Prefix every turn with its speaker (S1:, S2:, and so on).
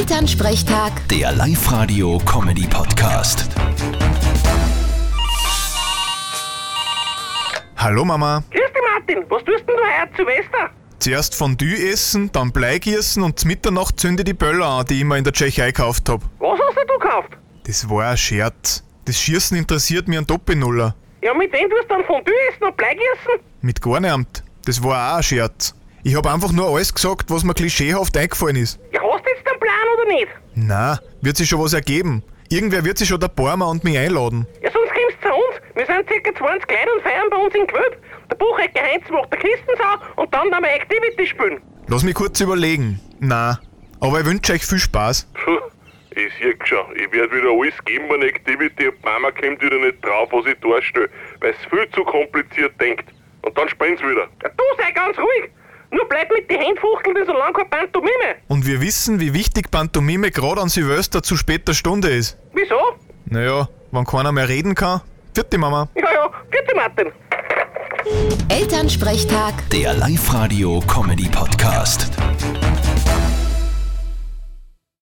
S1: Elternsprechtag,
S2: Der Live-Radio-Comedy-Podcast.
S3: Hallo Mama.
S4: Grüß dich, Martin. Was tust denn du heuer zu Silvester?
S3: Zuerst Fondue essen, dann Bleigießen und zu Mitternacht zünde die Böller an, die ich immer in der Tschechei gekauft hab.
S4: Was hast denn du gekauft?
S3: Das war ein Scherz. Das Schießen interessiert mich ein Doppelnuller.
S4: Ja, mit dem tust du dann Fondue essen und Blei essen?
S3: Mit gar nicht. Das war auch ein Scherz. Ich hab einfach nur alles gesagt, was mir klischeehaft eingefallen ist.
S4: Ja, hast du jetzt einen Plan oder nicht?
S3: Na, wird sich schon was ergeben. Irgendwer wird sich schon der Barmer und mich einladen.
S4: Ja, sonst kommst du zu uns. Wir sind circa 20 Leute und feiern bei uns in Gwölb. Der Buchecker Heinz macht der Kistensau und dann werden wir Activity spielen.
S3: Lass mich kurz überlegen. Na, aber ich wünsche euch viel Spaß.
S5: Puh, ich sehe schon, ich werde wieder alles geben an Activity und die Mama kommt wieder nicht drauf, was ich darstelle, weil es viel zu kompliziert denkt. Und dann springen sie wieder.
S4: Ja, du sei ganz ruhig. Nur bleib mit den Händen fuchteln, denn so lang keine Pantomime.
S3: Und wir wissen, wie wichtig Pantomime gerade an Silvester zu später Stunde ist.
S4: Wieso?
S3: Naja, wenn keiner mehr reden kann. Vierte Mama.
S4: Ja, ja. Grüß dich, Martin.
S1: Elternsprechtag.
S2: Der Live-Radio-Comedy-Podcast.